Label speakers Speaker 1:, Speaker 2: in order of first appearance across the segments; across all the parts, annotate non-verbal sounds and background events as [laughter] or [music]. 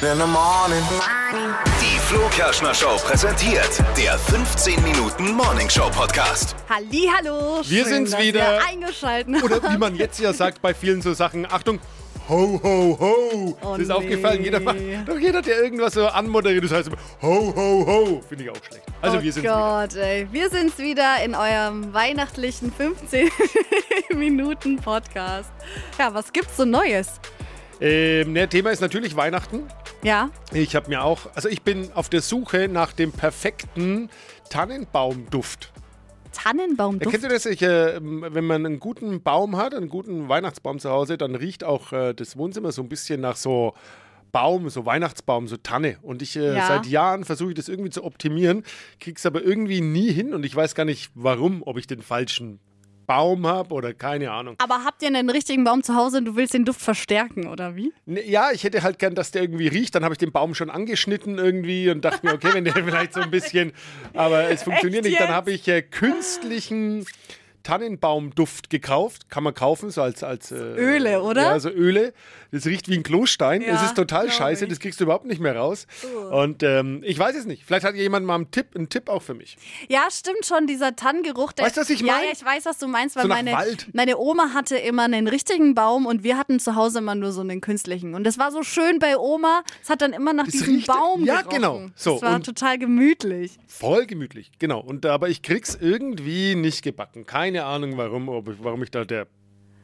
Speaker 1: in the morning.
Speaker 2: Die Flo Kerschner Show präsentiert der 15 Minuten Morning Show Podcast.
Speaker 3: Hallihallo.
Speaker 4: Wir
Speaker 3: schön,
Speaker 4: sind's
Speaker 3: dass
Speaker 4: wieder.
Speaker 3: Ihr eingeschalten.
Speaker 4: Oder wie man jetzt ja sagt bei vielen so Sachen, Achtung, ho, ho, ho.
Speaker 3: Oh,
Speaker 4: das ist
Speaker 3: nee.
Speaker 4: aufgefallen, jeder, macht- doch jeder, der irgendwas so anmoderiert, das heißt immer, ho, ho, ho. Finde ich auch schlecht. Also
Speaker 3: oh
Speaker 4: wir sind
Speaker 3: Gott, ey. Wir sind's wieder in eurem weihnachtlichen [laughs] 15-Minuten-Podcast. Ja, was gibt's so Neues?
Speaker 4: ähm, ne, Thema ist natürlich Weihnachten.
Speaker 3: Ja,
Speaker 4: Ich habe mir auch, also ich bin auf der Suche nach dem perfekten Tannenbaumduft.
Speaker 3: Tannenbaumduft.
Speaker 4: Erkennst du das? Ich, äh, wenn man einen guten Baum hat, einen guten Weihnachtsbaum zu Hause, dann riecht auch äh, das Wohnzimmer so ein bisschen nach so Baum, so Weihnachtsbaum, so Tanne. Und ich äh,
Speaker 3: Ja.
Speaker 4: seit Jahren versuche ich das irgendwie zu optimieren, krieg's aber irgendwie nie hin und ich weiß gar nicht warum, ob ich den falschen Baum habe oder keine Ahnung.
Speaker 3: Aber habt ihr einen richtigen Baum zu Hause und du willst den Duft verstärken, oder wie?
Speaker 4: Ne, Ja, ich hätte halt gern, dass der irgendwie riecht. Dann habe ich den Baum schon angeschnitten irgendwie und dachte mir, okay, wenn der [laughs] vielleicht so ein bisschen, aber es funktioniert
Speaker 3: Echt
Speaker 4: nicht. Dann
Speaker 3: jetzt?
Speaker 4: habe ich äh, künstlichen Tannenbaumduft gekauft. Kann man kaufen, so als. als äh,
Speaker 3: Öle, oder?
Speaker 4: Ja, so Öle. Das riecht wie ein Klostein.
Speaker 3: Ja,
Speaker 4: es ist total
Speaker 3: glaub
Speaker 4: scheiße,
Speaker 3: ich. Uh.
Speaker 4: das kriegst du überhaupt nicht mehr raus. Und ähm, ich weiß es nicht. Vielleicht hat jemand mal einen Tipp, einen Tipp auch für mich.
Speaker 3: Ja, stimmt schon, dieser Tannengeruch. Der,
Speaker 4: Weißt du, was ich
Speaker 3: Ja,
Speaker 4: mein?
Speaker 3: ja, ich weiß, was du meinst, weil
Speaker 4: So nach
Speaker 3: meine,
Speaker 4: Wald.
Speaker 3: meine Oma hatte immer einen richtigen Baum und wir hatten zu Hause immer nur so einen künstlichen. Und das war so schön bei Oma, es hat dann immer nach
Speaker 4: Das
Speaker 3: diesem
Speaker 4: riecht-
Speaker 3: Baum
Speaker 4: ja,
Speaker 3: gerochen.
Speaker 4: genau. So,
Speaker 3: das war
Speaker 4: und-
Speaker 3: total gemütlich.
Speaker 4: Voll gemütlich, genau. Und, aber ich krieg's irgendwie nicht gebacken. Keine Ahnung, warum, ob, ich- warum ich da der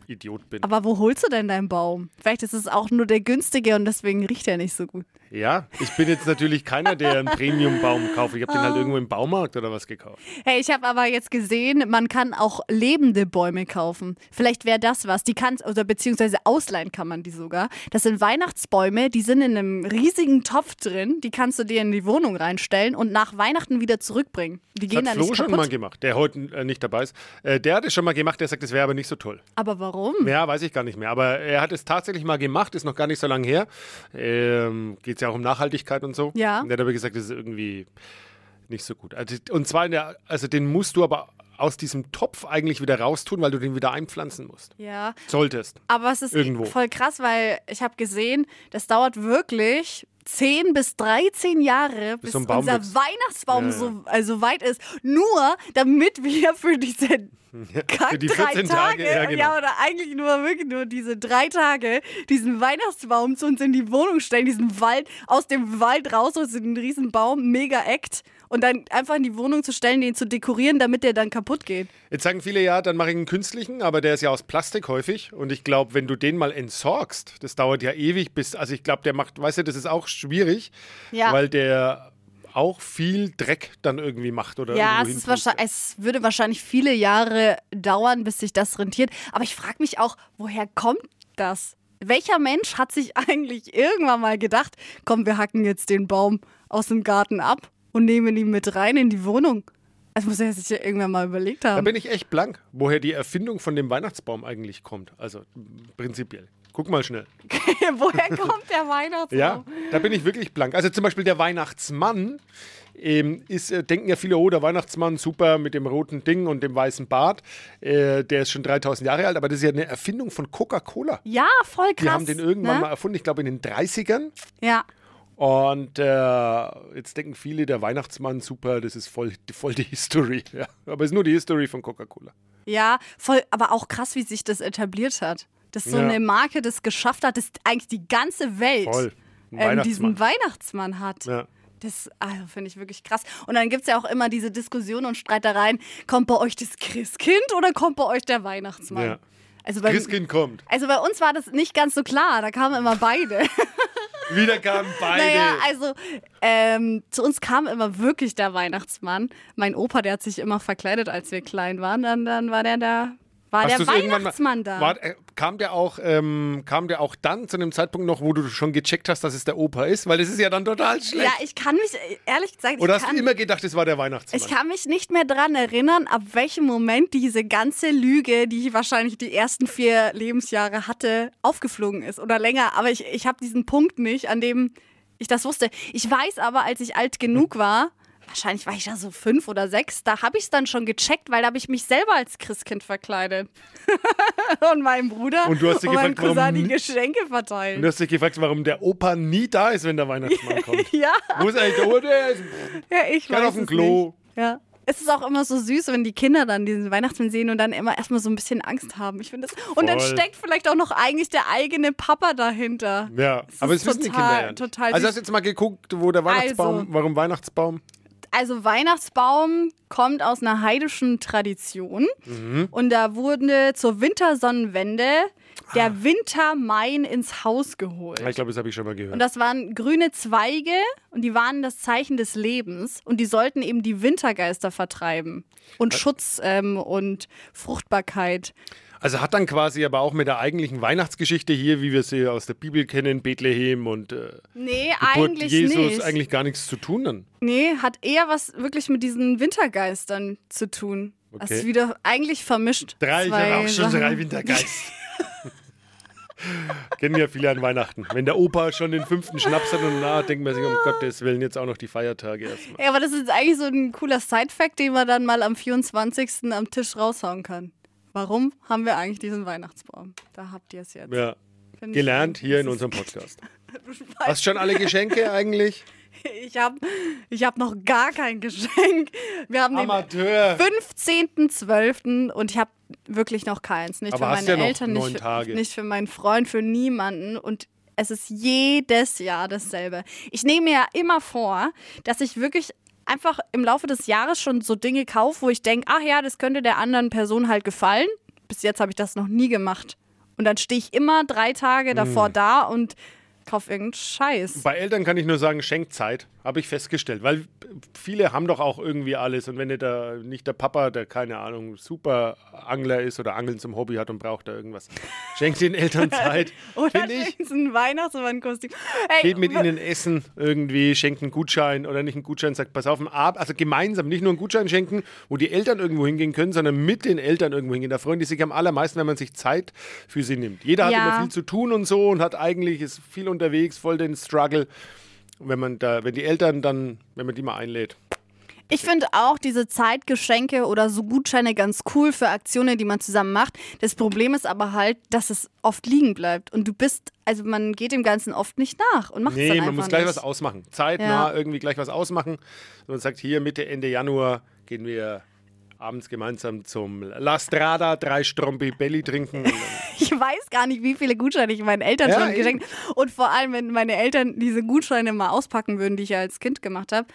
Speaker 4: Idiot bin.
Speaker 3: Aber wo holst du denn deinen Baum? Vielleicht ist es auch nur der günstige und deswegen riecht er nicht so gut.
Speaker 4: Ja, ich bin jetzt natürlich keiner, der einen Premium-Baum kauft. Ich habe den halt irgendwo im Baumarkt oder was gekauft.
Speaker 3: Hey, ich habe aber jetzt gesehen, man kann auch lebende Bäume kaufen. Vielleicht wäre das was. Die kann oder beziehungsweise ausleihen kann man die sogar. Das sind Weihnachtsbäume, die sind in einem riesigen Topf drin. Die kannst du dir in die Wohnung reinstellen und nach Weihnachten wieder zurückbringen. Die
Speaker 4: Das
Speaker 3: gehen
Speaker 4: hat
Speaker 3: dann
Speaker 4: Flo
Speaker 3: nicht
Speaker 4: schon mal
Speaker 3: kaputt.
Speaker 4: gemacht, der heute äh, nicht dabei ist. Äh, der hat es schon mal gemacht, der sagt, das wäre aber nicht so toll.
Speaker 3: Aber warum?
Speaker 4: Ja, weiß ich gar nicht mehr. Aber er hat es tatsächlich mal gemacht, ist noch gar nicht so lange her. Ähm, Geht es ja auch um Nachhaltigkeit und so.
Speaker 3: Ja.
Speaker 4: Und er hat aber gesagt, das ist irgendwie nicht so gut. Also, und zwar, in der, also den musst du aber aus diesem Topf eigentlich wieder raustun, weil du den wieder einpflanzen musst.
Speaker 3: Ja,
Speaker 4: Solltest.
Speaker 3: aber es ist
Speaker 4: Irgendwo.
Speaker 3: voll krass, weil ich habe gesehen, das dauert wirklich 10 bis 13 Jahre, bis,
Speaker 4: so ein Baum
Speaker 3: unser
Speaker 4: wächst.
Speaker 3: Weihnachtsbaum
Speaker 4: Ja, ja.
Speaker 3: so also weit ist. Nur damit wir für diese
Speaker 4: Für die
Speaker 3: drei
Speaker 4: 14 Tage, ja, genau.
Speaker 3: oder eigentlich nur wirklich nur diese drei Tage, diesen Weihnachtsbaum zu uns in die Wohnung stellen, diesen Wald, aus dem Wald raus, aus diesem riesen Baum, mega Act. Und dann einfach in die Wohnung zu stellen, den zu dekorieren, damit der dann kaputt geht.
Speaker 4: Jetzt sagen viele, ja, dann mache ich einen künstlichen, aber der ist ja aus Plastik häufig. Und ich glaube, wenn du den mal entsorgst, das dauert ja ewig, bis. Also ich glaube, der macht, weißt du, das ist auch schwierig,
Speaker 3: Ja.
Speaker 4: weil der auch viel Dreck dann irgendwie macht oder
Speaker 3: Ja, es, ist
Speaker 4: irgendwo hinpustet.
Speaker 3: wahrscheinlich, es würde wahrscheinlich viele Jahre dauern, bis sich das rentiert. Aber ich frage mich auch, woher kommt das? Welcher Mensch hat sich [laughs] eigentlich irgendwann mal gedacht, komm, wir hacken jetzt den Baum aus dem Garten ab und nehmen ihn mit rein in die Wohnung? Das muss er sich ja irgendwann mal überlegt
Speaker 4: Da
Speaker 3: haben. [laughs]
Speaker 4: bin ich echt blank, woher die Erfindung von dem Weihnachtsbaum eigentlich kommt. Also m, prinzipiell. Guck mal schnell.
Speaker 3: woher kommt der Weihnachtsbaum?
Speaker 4: Ja, da bin ich wirklich blank. Also zum Beispiel der Weihnachtsmann ähm, ist, äh, denken ja viele, oh, der Weihnachtsmann, super, mit dem roten Ding und dem weißen Bart. Äh, der ist schon 3000 Jahre alt, aber das ist ja eine Erfindung von Coca-Cola.
Speaker 3: Ja, voll krass.
Speaker 4: Die haben den irgendwann
Speaker 3: ne?
Speaker 4: mal erfunden, ich glaube in den 30ern.
Speaker 3: Ja.
Speaker 4: Und äh, jetzt denken viele, der Weihnachtsmann, super, das ist voll, voll die History. [laughs] Ja. Aber es ist nur die History von Coca-Cola.
Speaker 3: Ja, voll, aber auch krass, wie sich das etabliert hat. Dass so
Speaker 4: Ja.
Speaker 3: eine Marke das geschafft hat, dass eigentlich die ganze Welt
Speaker 4: Voll. Ein
Speaker 3: ähm, diesen
Speaker 4: Weihnachtsmann.
Speaker 3: Weihnachtsmann hat.
Speaker 4: Ja.
Speaker 3: Das also, finde ich wirklich krass. Und dann gibt es ja auch immer diese Diskussionen und Streitereien, kommt bei euch das Christkind oder kommt bei euch der Weihnachtsmann?
Speaker 4: Ja.
Speaker 3: Also, bei,
Speaker 4: Christkind kommt.
Speaker 3: also bei uns war das nicht ganz so klar, da kamen immer beide.
Speaker 4: Wieder kamen beide.
Speaker 3: [laughs] Naja, also ähm, zu uns kam immer wirklich der Weihnachtsmann. Mein Opa, der hat sich immer verkleidet, als wir klein waren. Dann, dann war der da. War
Speaker 4: Hast
Speaker 3: der
Speaker 4: du's irgendwann
Speaker 3: Weihnachtsmann
Speaker 4: mal,
Speaker 3: da?
Speaker 4: War, äh, kam, der auch, ähm, kam der auch dann zu dem Zeitpunkt noch, wo du schon gecheckt hast, dass es der Opa ist? Weil das ist ja dann total schlecht.
Speaker 3: ja, ich kann mich, äh, ehrlich gesagt,
Speaker 4: Oder
Speaker 3: ich,
Speaker 4: hast du
Speaker 3: kann,
Speaker 4: immer gedacht, es war der Weihnachtsmann?
Speaker 3: ich kann mich nicht mehr daran erinnern, ab welchem Moment diese ganze Lüge, die ich wahrscheinlich die ersten vier Lebensjahre hatte, aufgeflogen ist oder länger. Aber ich,
Speaker 4: Mhm.
Speaker 3: ich habe diesen Punkt nicht, an dem ich das wusste. Ich weiß aber, als ich alt genug war, wahrscheinlich war ich da so fünf oder sechs, da habe ich es dann schon gecheckt, weil da habe ich mich selber als Christkind verkleidet. [laughs] und meinem Bruder
Speaker 4: Und du hast dich
Speaker 3: meinem
Speaker 4: gefragt, warum
Speaker 3: Cousin die
Speaker 4: nicht?
Speaker 3: Geschenke
Speaker 4: Und
Speaker 3: verteilt.
Speaker 4: du hast dich gefragt, warum der Opa nie da ist, wenn
Speaker 3: [laughs]
Speaker 4: der Weihnachtsmann kommt.
Speaker 3: ja,
Speaker 4: Wo ist eigentlich der Opa? Der ist
Speaker 3: ja, ich
Speaker 4: gerade
Speaker 3: weiß
Speaker 4: auf dem
Speaker 3: es
Speaker 4: Klo.
Speaker 3: Nicht. Ja. Es ist auch immer so süß, wenn die Kinder dann diesen Weihnachtsmann sehen und dann immer erstmal so ein bisschen Angst haben. Ich finde das. Und dann
Speaker 4: Voll.
Speaker 3: steckt vielleicht auch noch eigentlich der eigene Papa dahinter.
Speaker 4: Ja,
Speaker 3: Es
Speaker 4: aber das
Speaker 3: ist
Speaker 4: wissen die
Speaker 3: total-
Speaker 4: Kinder ja. nicht.
Speaker 3: total
Speaker 4: also
Speaker 3: süß.
Speaker 4: hast du jetzt mal geguckt, wo der Weihnachtsbaum,
Speaker 3: Also.
Speaker 4: warum Weihnachtsbaum?
Speaker 3: also Weihnachtsbaum kommt aus einer heidischen Tradition
Speaker 4: Mhm.
Speaker 3: und da wurde zur Wintersonnenwende
Speaker 4: Ah.
Speaker 3: der Wintermain ins Haus geholt.
Speaker 4: Ich glaube, das habe ich schon mal gehört.
Speaker 3: Und das waren grüne Zweige und die waren das Zeichen des Lebens und die sollten eben die Wintergeister vertreiben
Speaker 4: Äh.
Speaker 3: und Schutz ähm, und Fruchtbarkeit.
Speaker 4: Also hat dann quasi aber auch mit der eigentlichen Weihnachtsgeschichte hier, wie wir sie aus der Bibel kennen, Bethlehem und äh,
Speaker 3: Nee,
Speaker 4: Geburt
Speaker 3: eigentlich
Speaker 4: Jesus
Speaker 3: nicht.
Speaker 4: eigentlich gar nichts zu tun dann.
Speaker 3: Nee, hat eher was wirklich mit diesen Wintergeistern zu tun. Das
Speaker 4: Okay.
Speaker 3: ist wieder eigentlich vermischt.
Speaker 4: Drei, ich
Speaker 3: zwei
Speaker 4: habe auch schon
Speaker 3: Sachen.
Speaker 4: drei Wintergeist. [laughs] Kennen ja viele an Weihnachten. Wenn der Opa schon den fünften Schnaps hat und nahe, denkt man sich, um Gottes Willen, jetzt auch noch die Feiertage
Speaker 3: [laughs]
Speaker 4: erstmal.
Speaker 3: Ja, aber das ist eigentlich so ein cooler Side-Fact, den man dann mal am 24. am Tisch raushauen kann. Warum haben wir eigentlich diesen Weihnachtsbaum? Da habt ihr es jetzt.
Speaker 4: Ja.
Speaker 3: Find ich
Speaker 4: Gelernt
Speaker 3: gut.
Speaker 4: hier
Speaker 3: Das
Speaker 4: in
Speaker 3: ist-
Speaker 4: unserem Podcast.
Speaker 3: [laughs]
Speaker 4: Hast schon alle Geschenke eigentlich?
Speaker 3: Ich habe ich hab noch gar kein Geschenk. Wir haben den
Speaker 4: Amateur.
Speaker 3: 15.12. und ich habe wirklich noch keins. Nicht
Speaker 4: Aber
Speaker 3: für
Speaker 4: hast
Speaker 3: meine
Speaker 4: ja noch
Speaker 3: Eltern,
Speaker 4: neun
Speaker 3: nicht für,
Speaker 4: Tage.
Speaker 3: nicht für meinen Freund, für niemanden. Und es ist jedes Jahr dasselbe. Ich nehme mir ja immer vor, dass ich wirklich einfach im Laufe des Jahres schon so Dinge kaufe, wo ich denke, ach ja, das könnte der anderen Person halt gefallen. Bis jetzt habe ich das noch nie gemacht. Und dann stehe ich immer drei Tage
Speaker 4: Hm.
Speaker 3: davor da und kaufe irgendeinen Scheiß.
Speaker 4: Bei Eltern kann ich nur sagen, schenkt Zeit, habe ich festgestellt, weil viele haben doch auch irgendwie alles und wenn nicht der, nicht der Papa, der keine Ahnung, super Angler ist oder Angeln zum Hobby hat und braucht da irgendwas, schenkt
Speaker 3: [laughs]
Speaker 4: den Eltern Zeit,
Speaker 3: Oder
Speaker 4: finde ich.
Speaker 3: ist ein Weihnachts- oder ein Kostüm. Ey,
Speaker 4: Geht mit
Speaker 3: wa-
Speaker 4: ihnen essen irgendwie, schenkt einen Gutschein oder nicht einen Gutschein, sagt, pass auf, am Abend, also gemeinsam, nicht nur einen Gutschein schenken, wo die Eltern irgendwo hingehen können, sondern mit den Eltern irgendwo hingehen. Da freuen die sich am allermeisten, wenn man sich Zeit für sie nimmt. Jeder hat
Speaker 3: Ja.
Speaker 4: immer viel zu tun und so und hat eigentlich, ist viel unterwegs, voll den Struggle. Und wenn man da, wenn die Eltern dann, wenn man die mal einlädt.
Speaker 3: Ich finde auch diese Zeitgeschenke oder so Gutscheine ganz cool für Aktionen, die man zusammen macht. Das Problem ist aber halt, dass es oft liegen bleibt und du bist, also man geht dem Ganzen oft nicht nach und macht es dann
Speaker 4: Nee,
Speaker 3: einfach
Speaker 4: man muss gleich
Speaker 3: nicht.
Speaker 4: was ausmachen. Zeitnah
Speaker 3: Ja.
Speaker 4: irgendwie gleich was ausmachen. Und man sagt, hier Mitte, Ende Januar gehen wir abends gemeinsam zum La Strada, drei Strombi Belly trinken. Und dann
Speaker 3: [laughs] Ich weiß gar nicht, wie viele Gutscheine ich meinen Eltern
Speaker 4: Ja,
Speaker 3: schon
Speaker 4: eben.
Speaker 3: geschenkt und vor allem, wenn meine Eltern diese Gutscheine mal auspacken würden, die ich ja als Kind gemacht habe.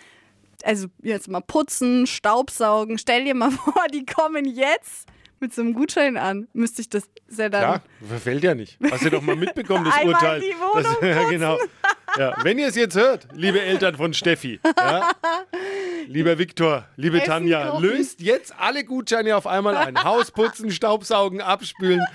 Speaker 3: Also jetzt mal putzen, Staubsaugen. Stell dir mal [laughs] vor, die kommen jetzt mit so einem Gutschein an. Müsste ich das ist ja dann
Speaker 4: Ja, verfällt ja nicht. Hast du doch mal mitbekommen, das
Speaker 3: Ähm. [laughs] Einmal
Speaker 4: Urteil.
Speaker 3: die Wohnung
Speaker 4: das, [laughs] ja, genau. Ja, wenn ihr es jetzt hört, liebe Eltern
Speaker 3: [laughs]
Speaker 4: von Steffi, ja, lieber Viktor, liebe
Speaker 3: Essen
Speaker 4: Tanja,
Speaker 3: kochen.
Speaker 4: löst jetzt alle Gutscheine auf
Speaker 3: [laughs]
Speaker 4: einmal ein. Haus putzen, Staubsaugen, abspülen.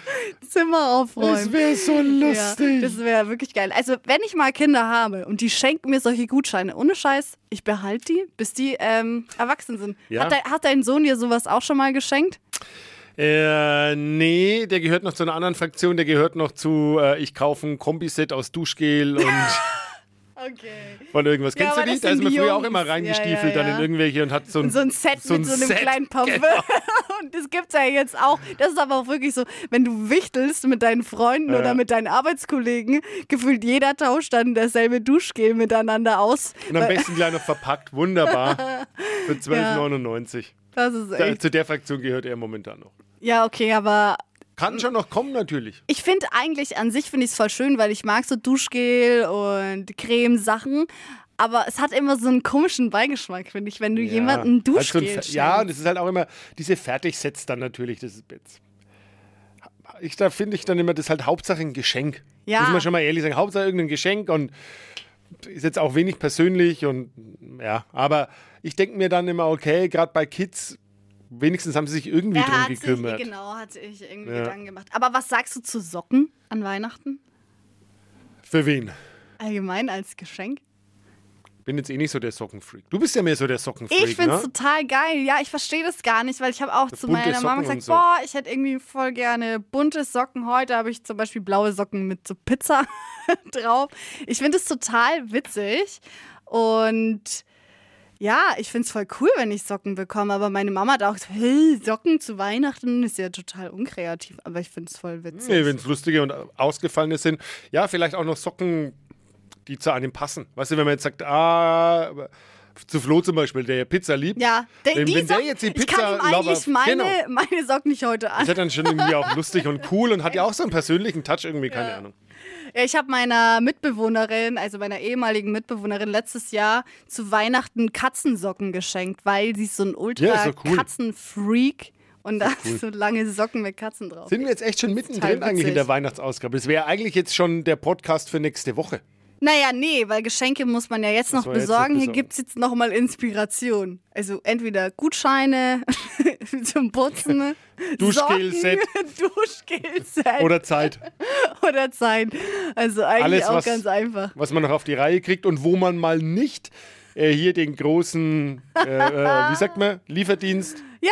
Speaker 3: Zimmer aufräumen.
Speaker 4: Das wäre so
Speaker 3: Oh Ja,
Speaker 4: lustig.
Speaker 3: das wäre wirklich geil. Also, wenn ich mal Kinder habe und die schenken mir solche Gutscheine, ohne Scheiß, ich behalte die, bis die ähm, erwachsen sind.
Speaker 4: Ja.
Speaker 3: Hat, dein, hat dein Sohn dir sowas auch schon mal geschenkt?
Speaker 4: äh, nee, der gehört noch zu einer anderen Fraktion. Der gehört noch zu, äh, ich kaufe ein Kombiset aus Duschgel und
Speaker 3: Okay.
Speaker 4: von irgendwas.
Speaker 3: Ja,
Speaker 4: Kennst
Speaker 3: aber
Speaker 4: du die?
Speaker 3: das
Speaker 4: Da ist
Speaker 3: sind
Speaker 4: man
Speaker 3: die
Speaker 4: früher auch
Speaker 3: Jungs.
Speaker 4: immer
Speaker 3: Ja,
Speaker 4: reingestiefelt
Speaker 3: ja,
Speaker 4: dann
Speaker 3: ja.
Speaker 4: in irgendwelche und hat so ein,
Speaker 3: So ein Set
Speaker 4: so
Speaker 3: mit so
Speaker 4: ein
Speaker 3: einem
Speaker 4: Set. genau.
Speaker 3: kleinen Parfum. [laughs] Und das gibt's ja jetzt auch. Das ist aber auch wirklich so, wenn du wichtelst mit deinen Freunden
Speaker 4: Ja.
Speaker 3: oder mit deinen Arbeitskollegen, gefühlt jeder tauscht dann dasselbe Duschgel miteinander aus.
Speaker 4: Und am besten gleich noch verpackt. Wunderbar.
Speaker 3: [laughs]
Speaker 4: Für 12,99.
Speaker 3: Das ist
Speaker 4: Da,
Speaker 3: echt.
Speaker 4: zu der Fraktion gehört er momentan noch.
Speaker 3: Ja, okay, aber
Speaker 4: Kann schon noch kommen, natürlich.
Speaker 3: Ich finde eigentlich an sich finde ich es voll schön, weil ich mag so Duschgel und Cremesachen. Aber es hat immer so einen komischen Beigeschmack, finde ich, wenn du jemanden
Speaker 4: Halt so ein
Speaker 3: Duschgel
Speaker 4: Fer-
Speaker 3: schenkst.
Speaker 4: Ja, und es ist halt auch immer, diese Fertigsets dann natürlich, das ist jetzt. Ich, da finde ich dann immer, das ist halt Hauptsache ein Geschenk.
Speaker 3: Ja.
Speaker 4: Muss man schon mal ehrlich sagen, Hauptsache irgendein Geschenk und ist jetzt auch wenig persönlich und ja, aber ich denke mir dann immer, okay, gerade bei Kids, wenigstens haben sie sich irgendwie
Speaker 3: Wer
Speaker 4: drum
Speaker 3: hat sich,
Speaker 4: gekümmert.
Speaker 3: genau, hat ich irgendwie
Speaker 4: Ja.
Speaker 3: Gedanken gemacht. Aber was sagst du zu Socken an Weihnachten?
Speaker 4: Für wen?
Speaker 3: Allgemein als Geschenk?
Speaker 4: Bin jetzt eh nicht so der Sockenfreak. Du bist ja mehr so der Sockenfreak.
Speaker 3: Ich finde es
Speaker 4: ne?
Speaker 3: total geil. Ja, ich verstehe das gar nicht, weil ich habe auch zu
Speaker 4: bunte
Speaker 3: meiner Mama
Speaker 4: Socken und
Speaker 3: gesagt,
Speaker 4: so.
Speaker 3: boah, ich hätte irgendwie voll gerne bunte Socken. Heute habe ich zum Beispiel blaue Socken mit so Pizza [laughs] drauf. Ich finde es total witzig und Ja, ich finde es voll cool, wenn ich Socken bekomme, aber meine Mama hat auch gesagt, "Hey, Socken zu Weihnachten ist ja total unkreativ, aber ich finde es voll witzig.
Speaker 4: Nee, wenn es lustige und ausgefallene sind. Ja, vielleicht auch noch Socken, die zu einem passen. Weißt du, wenn man jetzt sagt, ah, aber zu Flo zum Beispiel, der ja Pizza liebt.
Speaker 3: ja, der,
Speaker 4: wenn,
Speaker 3: die
Speaker 4: wenn der
Speaker 3: Socken-
Speaker 4: jetzt die
Speaker 3: ich kann
Speaker 4: Pizza
Speaker 3: ihm eigentlich meine,
Speaker 4: Genau.
Speaker 3: meine Socken nicht heute an.
Speaker 4: Das hat dann schon
Speaker 3: [laughs]
Speaker 4: irgendwie auch lustig und cool und hat ja auch so einen persönlichen Touch irgendwie, keine Ahnung.
Speaker 3: Ja, ich habe meiner Mitbewohnerin, also meiner ehemaligen Mitbewohnerin, letztes Jahr zu Weihnachten Katzensocken geschenkt, weil sie ist so ein
Speaker 4: Ja, ist doch cool.
Speaker 3: Ultra-Katzenfreak und da so lange Socken mit Katzen drauf.
Speaker 4: Sind wir jetzt echt schon mittendrin
Speaker 3: witzig.
Speaker 4: eigentlich in der Weihnachtsausgabe? Das wäre eigentlich jetzt schon der Podcast für nächste Woche.
Speaker 3: Naja, nee, weil Geschenke muss man ja jetzt noch
Speaker 4: war jetzt
Speaker 3: besorgen.
Speaker 4: noch
Speaker 3: Hier
Speaker 4: besorgen.
Speaker 3: gibt es jetzt nochmal Inspiration. Also entweder Gutscheine [laughs] zum Putzen,
Speaker 4: [laughs] Duschgel-Set.
Speaker 3: [laughs] Duschgel-Set oder,
Speaker 4: Oder Zeit,
Speaker 3: Zeit. Also eigentlich
Speaker 4: Alles,
Speaker 3: auch
Speaker 4: was-
Speaker 3: ganz einfach.
Speaker 4: was man noch auf die Reihe kriegt und wo man mal nicht äh, hier den großen, äh, äh, wie sagt man, Lieferdienst
Speaker 3: Ja,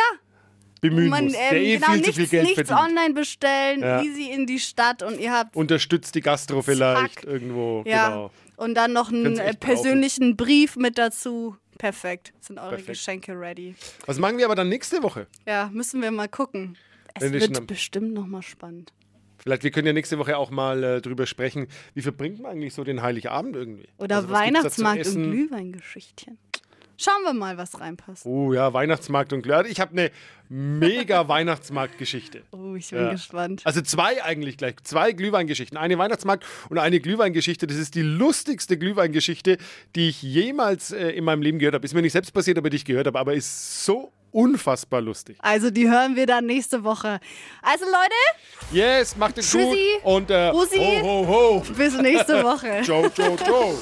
Speaker 4: bemühen
Speaker 3: man
Speaker 4: muss,
Speaker 3: ähm,
Speaker 4: der eh
Speaker 3: genau
Speaker 4: viel
Speaker 3: nichts,
Speaker 4: zu viel Geld
Speaker 3: nichts
Speaker 4: verdient.
Speaker 3: online bestellen,
Speaker 4: Ja.
Speaker 3: easy in die Stadt und ihr habt
Speaker 4: Unterstützt die Gastro vielleicht
Speaker 3: Zack.
Speaker 4: irgendwo.
Speaker 3: ja
Speaker 4: Genau.
Speaker 3: und dann noch einen
Speaker 4: Könnt's
Speaker 3: äh,
Speaker 4: echt brauchen.
Speaker 3: persönlichen Brief mit dazu. Perfekt, sind eure
Speaker 4: Perfekt.
Speaker 3: Geschenke ready.
Speaker 4: Was machen wir aber dann nächste Woche?
Speaker 3: Ja, müssen wir mal gucken. Es
Speaker 4: Wenn wir schon
Speaker 3: wird
Speaker 4: am-
Speaker 3: bestimmt noch mal spannend.
Speaker 4: Vielleicht, wir können ja nächste Woche auch mal äh, drüber sprechen, wie verbringt man eigentlich so den Heiligabend irgendwie?
Speaker 3: Oder
Speaker 4: Also, was gibt's da zu
Speaker 3: Weihnachtsmarkt und
Speaker 4: essen?
Speaker 3: Glühweingeschichtchen. Schauen wir mal, was reinpasst.
Speaker 4: Oh ja, Weihnachtsmarkt und Glöhr. Ich habe eine mega [laughs] Weihnachtsmarktgeschichte.
Speaker 3: Oh, ich bin
Speaker 4: Ja.
Speaker 3: gespannt.
Speaker 4: Also zwei eigentlich gleich. Zwei Glühweingeschichten. Eine Weihnachtsmarkt und eine Glühweingeschichte. Das ist die lustigste Glühweingeschichte, die ich jemals äh, in meinem Leben gehört habe. Ist mir nicht selbst passiert, aber die ich gehört habe. Aber ist so unfassbar lustig.
Speaker 3: Also, die hören wir dann nächste Woche. Also, Leute,
Speaker 4: Yes, macht es gut.
Speaker 3: Tschüssi,
Speaker 4: Und äh,
Speaker 3: Bussi.
Speaker 4: ho, ho, ho. [laughs]
Speaker 3: bis nächste Woche.
Speaker 4: Ciao, ciao, ciao.